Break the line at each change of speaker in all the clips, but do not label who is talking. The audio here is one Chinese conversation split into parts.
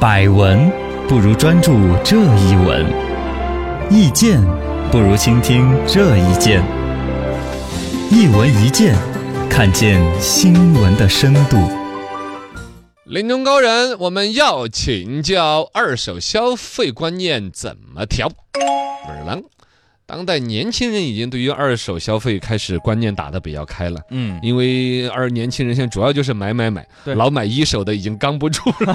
百闻不如专注这一闻，意见不如倾听这一见。一闻一见，看见新闻的深度。
临终高人，我们要请教二手消费观念怎么调。
嗯
尔郎，当代年轻人已经对于二手消费开始观念打得比较开了。
嗯，
因为二年轻人现在主要就是买买买，
对
老买一手的已经刚不 住了。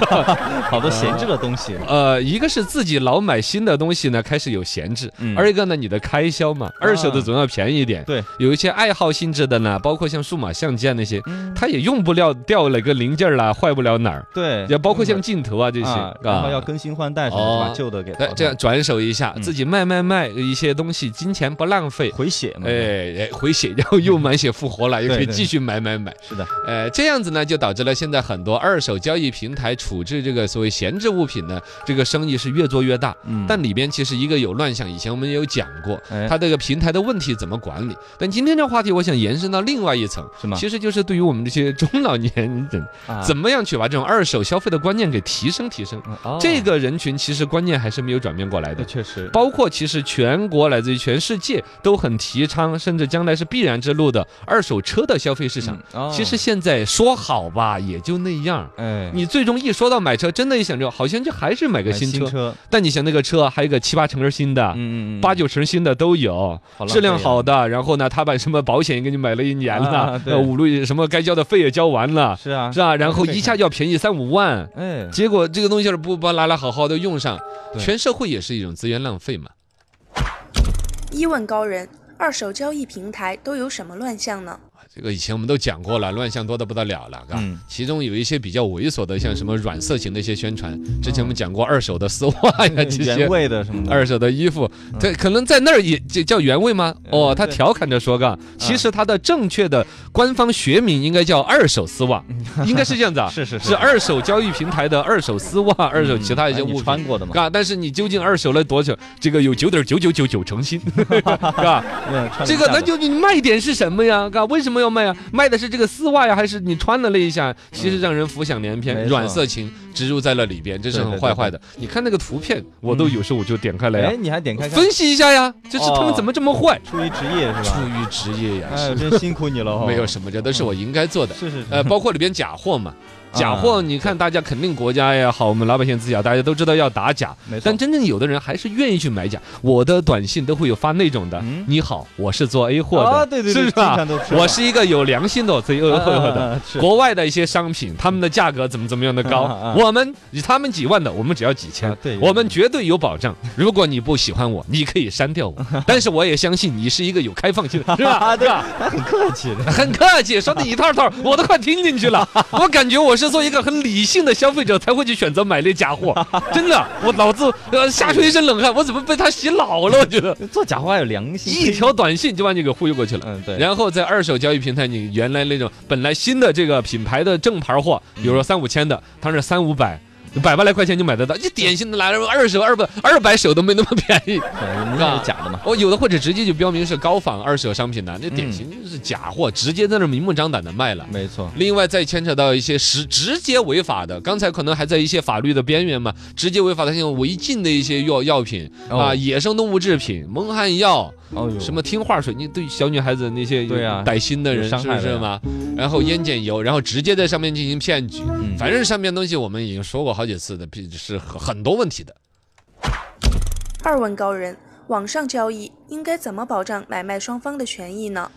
好多闲置的东西。
呃，一个是自己老买新的东西呢，开始有闲置；
嗯啊
二一个呢，你的开销嘛，二手的总要便宜一点。
对，
有一些爱好性质的呢，包括像数码相机啊那些，
嗯
它也用不了掉哪个零件儿啦，坏不了哪儿。
对，
嗯
也包括像镜头啊这些
啊，然后要更新换代什么
啊
的，
哦
把旧的给淘
对
汰
这样转手一下，
嗯啊
自己卖卖卖一些东西，金钱不浪费。
回血嘛。对，
哎哎，回血，然后又满血复活了，又可以
对对
继续买买买。
是的，
呃，这样子呢，就导致了现在很多二手交易平台处置这个所谓闲置物品呢，这个生意是越做越大。
嗯
但里边其实一个有乱象，以前我们也有讲过，
哎
它这个平台的问题怎么管理。但今天这话题，我想延伸到另外一层，
是吗？
其实就是对于我们这些中老年人，
啊
怎么样去把这种二手消费的观念给提升提升。
嗯哦
这个人群其实观念还是没有转变过来
嗯
这
啊
的。
确实
包括其实全国乃至于全世界都很提倡，甚至将来是必然之路的二手车的消费市场。
嗯
其实
哦
现在说好吧，也就那样。
哎，
你最终一说到买车，真的一想着好像就还是买个
买
新车，
车，
但你想那个车还有个七八成是新的，
嗯嗯嗯，
八九成新的都有，
好浪费啊
质量好的。然后呢，他把什么保险也给你买了一年了
啊，对
呃，五路什么该交的费也交完了，
是啊
是，吧？然后
这个
一下就要便宜三五万，
哎，
结果这个东西要是不把它拿来好好的用上，
对
全社会也是一种资源浪费嘛。
一问高人，二手交易平台都有什么乱象呢？
这个以前我们都讲过了，乱象多的不得了了，嘎、
嗯
其中有一些比较猥琐的，像什么软色情的一些宣传，之前我们讲过二手的丝
哎
袜呀这些
嗯原。味的什么的，
二手的衣服，这可能在那儿也这叫原味吗？哦，
嗯
他
对
调侃着说嘎，其实它的正确的官方学名应该叫二手丝袜，应该是这样子啊，
嗯 是是
是二手交易平台的二手丝袜、二手其他一些
哎
物
你
品。
穿过的嘛，
嘎，但是你究竟二手了多久？这个有九点九九九九成 新，嘎，
嗯，穿
这
得
个
下
那
的
就你卖点是什么呀？嘎，为什么要卖啊？卖的是这个丝袜呀，还是你穿了那一下？其实让人浮想联翩，
没错
软色情植入在了里边，这是很
对对
坏坏的。你看那个图片，我都有时候我就点开来
哎，
呀，
你还点开看，
分析一下呀，就是他们
哦
怎么这么坏？
出于职业是
出
吧？
于职业呀，
哦哎，
是
真辛苦你了 哦，
没有什么，这都是我应该做的。
是是是，
呃，包括里边假货嘛，假
啊
货你看大家肯定国家也好，我们老百姓自己啊，大家都知道要打假，
没错，
但真正有的人还是愿意去买假，我的短信都会有发那种的。
嗯
你好，我是做 A 货的，
啊对对对
是
经
吧
常都？吃
我
嘛
是一个有良心的我做 A 货
啊啊啊
的。
啊是
国外的一些商品，他们的价格怎么怎么样的高，
啊啊啊
我们他们几万的，我们只要几千，
啊对
我们绝对有保障。如果你不喜欢我，你可以删掉 我，但是我也相信你是一个有开放性的，是吧？对吧？
还很客气 的，
很客气，说的一套套，我都快听进去了。我感觉我是做一个很理性的消费者才会去选择买那假货，真的，我脑子呃吓出一身冷汗，我怎么被他洗脑了？我觉得
做假话有良心，
一 条短信就把你给忽悠过去了。
嗯对，
然后在二手交易平台，你原来那种本来新的这个品牌的正牌货，比如说三五千的，它是三五百。百八来块钱就买得到，你典型的来了二手二百二百手都没那么便宜，
哎你那是假的嘛，
哦，有的或者直接就标明是高仿二手商品的，那典型就是假货，直接在那儿明目张胆的卖了。
没错，
另外再牵扯到一些实直接违法的，刚才可能还在一些法律的边缘嘛，直接违法的像违禁的一些药药品啊、
哦
野生动物制品、蒙汗药、
哦呦
什么听话水，你对小女孩子那些
对啊
歹心的人
有伤
是
害
不
的
是嘛？然后烟碱油，然后直接在上面进行骗局，
嗯
反正上面东西我们已经说过好几次的，毕是很很多问题的。
二问高人，网上交易应该怎么保障买卖双方的权益呢？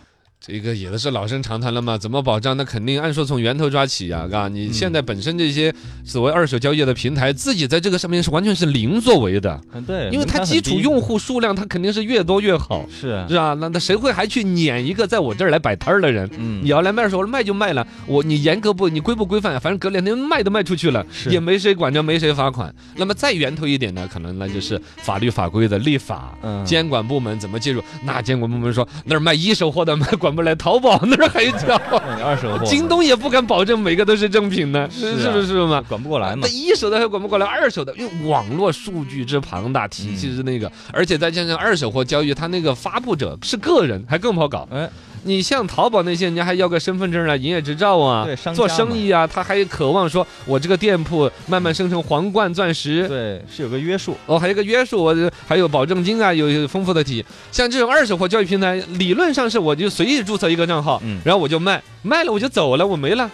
这个也都是老生常谈了嘛，怎么保障？那肯定按说从源头抓起
嗯
呀、嘎，你现在本身这些所谓二手交易的平台，自己在这个上面是完全是零作为的，
嗯对，
因为它
门槛
基
很
础
低
用户数量，它肯定是越多越好，
是啊
是吧？那那谁会还去撵一个在我这儿来摆摊儿的人？
嗯
你要来卖的时候卖就卖了，我你严格不你规不规范，反正隔两天卖都卖出去了，
是
也没谁管着，没谁罚款。那么再源头一点呢，可能那就是法律法规的立法，
嗯
监管部门怎么介入？那监管部门说那儿卖一手货的 卖管不来，淘宝那儿还 叫，
嗯二手货，
京东也不敢保证每个都是正品呢，
是啊
是不是嘛？
管不过来
那，
嘛
一手的还管不过来，二手的，因为网络数据之庞大，
嗯
体系之那个，而且再加上二手货交易，它那个发布者是个人，还更不好搞。
哎，
你像淘宝那些，人家还要个身份证啊、营业执照啊
对商，家
做生意啊，他还渴望说，我这个店铺慢慢生成皇冠、钻石，
对，是有个约束，
哦，还有个约束，我这还有保证金啊，有有丰富的体。像这种二手货交易平台，理论上是我就随意注册一个账号，
嗯
然后我就卖，卖了我就走了，我没 了，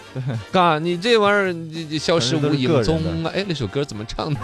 嘎，你这玩意儿你你消失无影踪
可能都
啊！
是
哎，那首歌怎么唱的？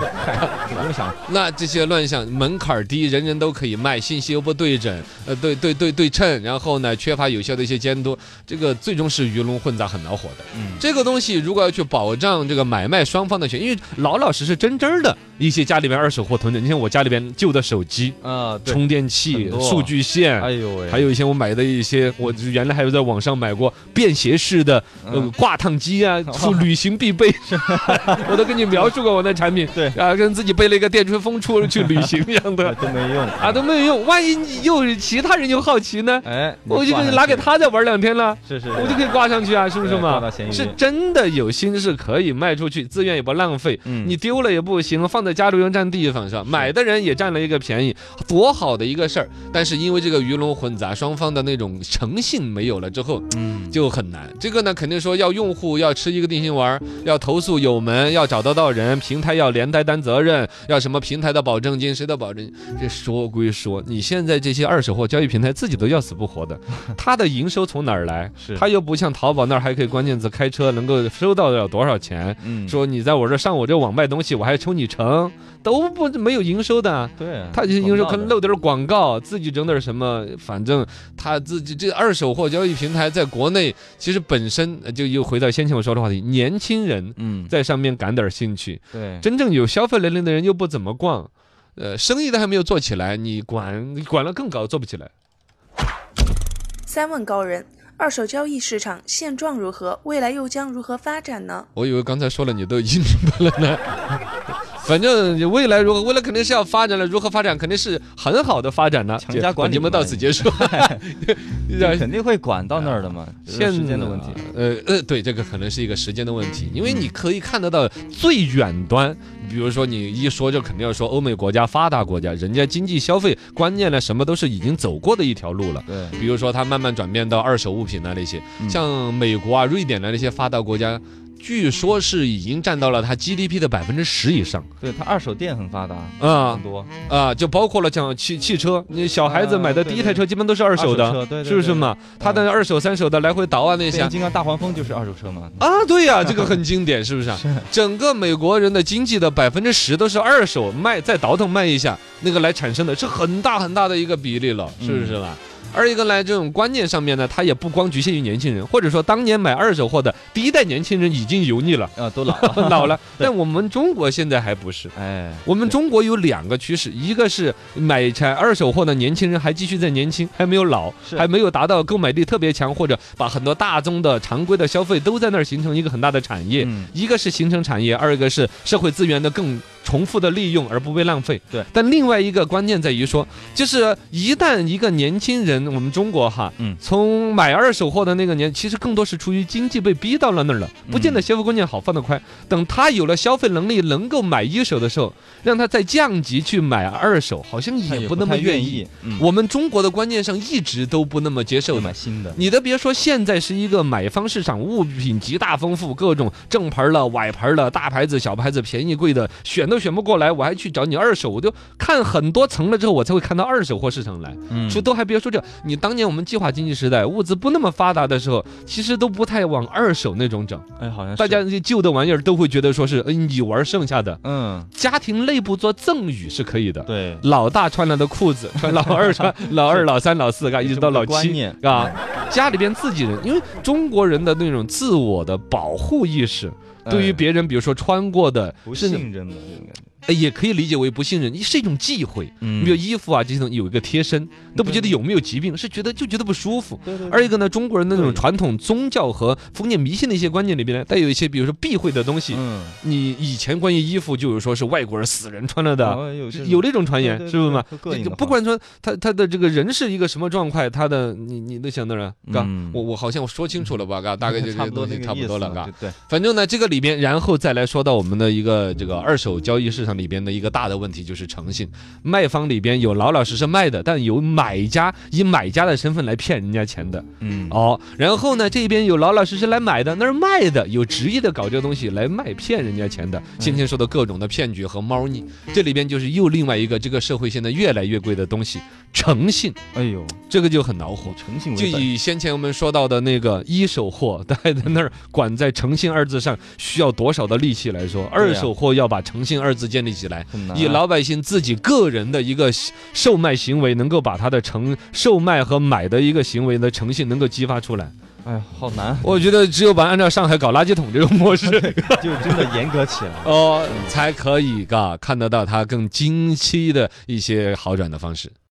不用想，
那这些乱象门槛儿低，人人都可以卖，信息又不对整，呃，对对对对称，然后呢，缺乏有效的一些监督，这个最终是鱼龙混杂，很恼火的。
嗯，
这个东西如果要去保障这个买卖双方的权益，因为老老实实真真儿的一些家里边二手货囤着，你像我家里边旧的手机、
啊，对，
充电器
很、多
数据线。
哎呦喂，
还有一些我买的一些，我就原来还有在网上买过便携式的呃
嗯
挂烫机 啊，说旅行必备， 我都跟你描述过我那产品，
对
啊，跟自己背了一个电吹风出去旅行一样的，
都没用
啊都没有用，万一你又有其他人又好奇呢，
哎，你
我就
挂
可以
上
拿给
去，
他再玩两天了。
是是，
我就可以挂上去啊，是不是
对挂
嘛
到闲？鱼
是真的有心是可以卖出去，自愿也不浪费。
嗯
你丢了也不行，放在家里又占地方是吧？买的人也占了一个便宜，多好的一个事儿。但是因为这个鱼龙混杂，双方的那种诚信没有了之后，
嗯，
就很难。这个呢，肯定说要用户要吃一个定心丸儿，要投诉有门，要找得到人，平台要连带担责任，要什么平台的保证金，谁的保证金？这说归说，你现在这些二手货交易平台自己都要死不活 的，它的营收从哪儿来？
是
它又不像淘宝那儿还可以关键字开车能够收到了多少钱，
嗯
说你在我这上我这网卖东西，我还抽你成，都不没有营收的。
对，啊
他就是有时候可能
漏
漏点儿广告，自己整点儿什么，反正他自己这二手货交易平台在国内其实本身呃就又回到先前我说的话题，年轻人
嗯，
在上面感点儿兴趣，
对，
真正有消费能力的人又不怎么逛，呃，生意都还没有做起来，你管你管了更高，做不起来。
三问高人：二手交易市场现状如何？未来又将如何发展呢？
我以为刚才说了你都已经明白了呢。 反正未来如何，未来肯定是要发展了，如何发展肯定是很好的发展了。
强加管理
节目
嘛
到此结 束，让
你肯定会管到那儿的嘛，只是时间的问题，
呃呃，对，这个可能是一个时间的问题，因为你可以看得到最远端，比如说你一说就肯定要说欧美国家、发达国家，人家经济消费观念呢，什么都是已经走过的一条路了。
对，
比如说，它慢慢转变到二手物品啊那些，
嗯
像美国啊、瑞典的那些发达国家，据说是已经占到了它 GDP 的百分之十以上
对，它二手店很发达，
啊
很多
啊，就包括了像汽汽车，你小孩子买的
啊
第一
对
台车基本都是二手的，
车，对，对
是不是？嘛？他的二手、三手的来回倒啊那
对
些
变，形金刚大黄蜂就是二手车嘛，
啊，对呀、这个很经典，是不是啊？整个美国人的经济的百分之十都是二手卖，再倒腾卖一下那个来产生的，是很大很大的一个比例了，是不是吧？二一个呢，这种观念上面呢，它也不光局限于年轻人，或者说当年买二手货的第一代年轻人已经油腻了、
啊，都老 了，
老了，
对
但我们中国现在还不是。
哎，
我们中国有两个趋势，一个是买产二手货的年轻人还继续在年轻，还没有老，
是
还没有达到购买力特别强，或者把很多大宗的常规的消费都在那儿形成一个很大的产业。
嗯，
一个是形成产业，二一个是社会资源的更重复的利用而不被浪费。
对，
但另外一个关键在于说，就是一旦一个年轻人，我们中国哈，
嗯
从买二手货的那个年，其实更多是出于经济被逼到了那儿了，不见得
嗯
消费观念好放得快。等他有了消费能力，能够买一手的时候，让他再降级去买二手，好像
他
也
不
不那么
太愿
愿意。，
嗯，
我们中国的观念上一直都不那么接受
就
的
买。新的，
你都别说，现在是一个买方市场，物品极大丰富，各种正牌儿了、崴牌儿了、大牌子、小牌子、便宜贵的，选都选不过来，我还去找你二手，我就看很多层了之后，我才会看到二手货市场来。
嗯
说都还别说这，你当年我们计划经济时代，物资不那么发达的时候，其实都不太往二手那种整，
哎，好像是
大家，那些旧的玩意儿都会觉得说是，哎，你玩剩下的，
嗯，
家庭内部做赠与是可以的。
对，
老大穿了的裤子，穿老二穿老二、老三、老四，嘎，一直到老
这么个观
七，
念
啊，家里边自己人，因为中国人的那种自我的保护意识，对于别人，比如说穿过的，
嗯哎不
甚至
信任的这种感觉，
哎也可以理解为不信任，是一种忌讳。
嗯
你比如衣服啊这些东西有一个贴身，都不觉得有没有疾病，是觉得就觉得不舒服。
对对，
二一个呢，中国人的那种
对
传统宗教和封建迷信的一些观念里边呢，带有一些比如说避讳的东西。
嗯，
你以前关于衣服就有说是外国人死人穿了的，
哦有这
有
种
那种传言
对对
是不是
对
嘛？
会膈应
就
的
不
话
管说他他的这个人是一个什么状态，他的你你都想到了，嘎、
嗯
我我好像我说清楚了吧，嘎，大概就
差
这
不多
东
那
西
个
差不
意
多
思
了，
嘛
嘎。
对对，
反正呢，这个里面，然后再来说到我们的一个这个二手交易市场场里边的一个大的问题就是诚信，卖方里边有老老实实卖的，但有买家以买家的身份来骗人家钱的。
嗯，
哦，然后呢，这边有老老实实来买的，那儿卖的有执意的搞这个东西来卖骗人家钱的。先前说的各种的骗局和猫腻，这里边就是又另外一个这个社会现在越来越贵的东西——诚信，
哎呦，
这个就很恼火
以。诚信
就
为本，
以先前我们说到的那个一手货，待在那儿管在诚信二字上需要多少的力气来说，二手货要把诚信二字建立起来，
很难啊。
以老百姓自己个人的一个售卖行为，能够把他的诚售卖和买的一个行为的诚信能够激发出来。
哎呀，好难，
我觉得只有把按照上海搞垃圾桶这种模式
就真的严格起来。
哦，才可以嘎看得到它更经期的一些好转的方式。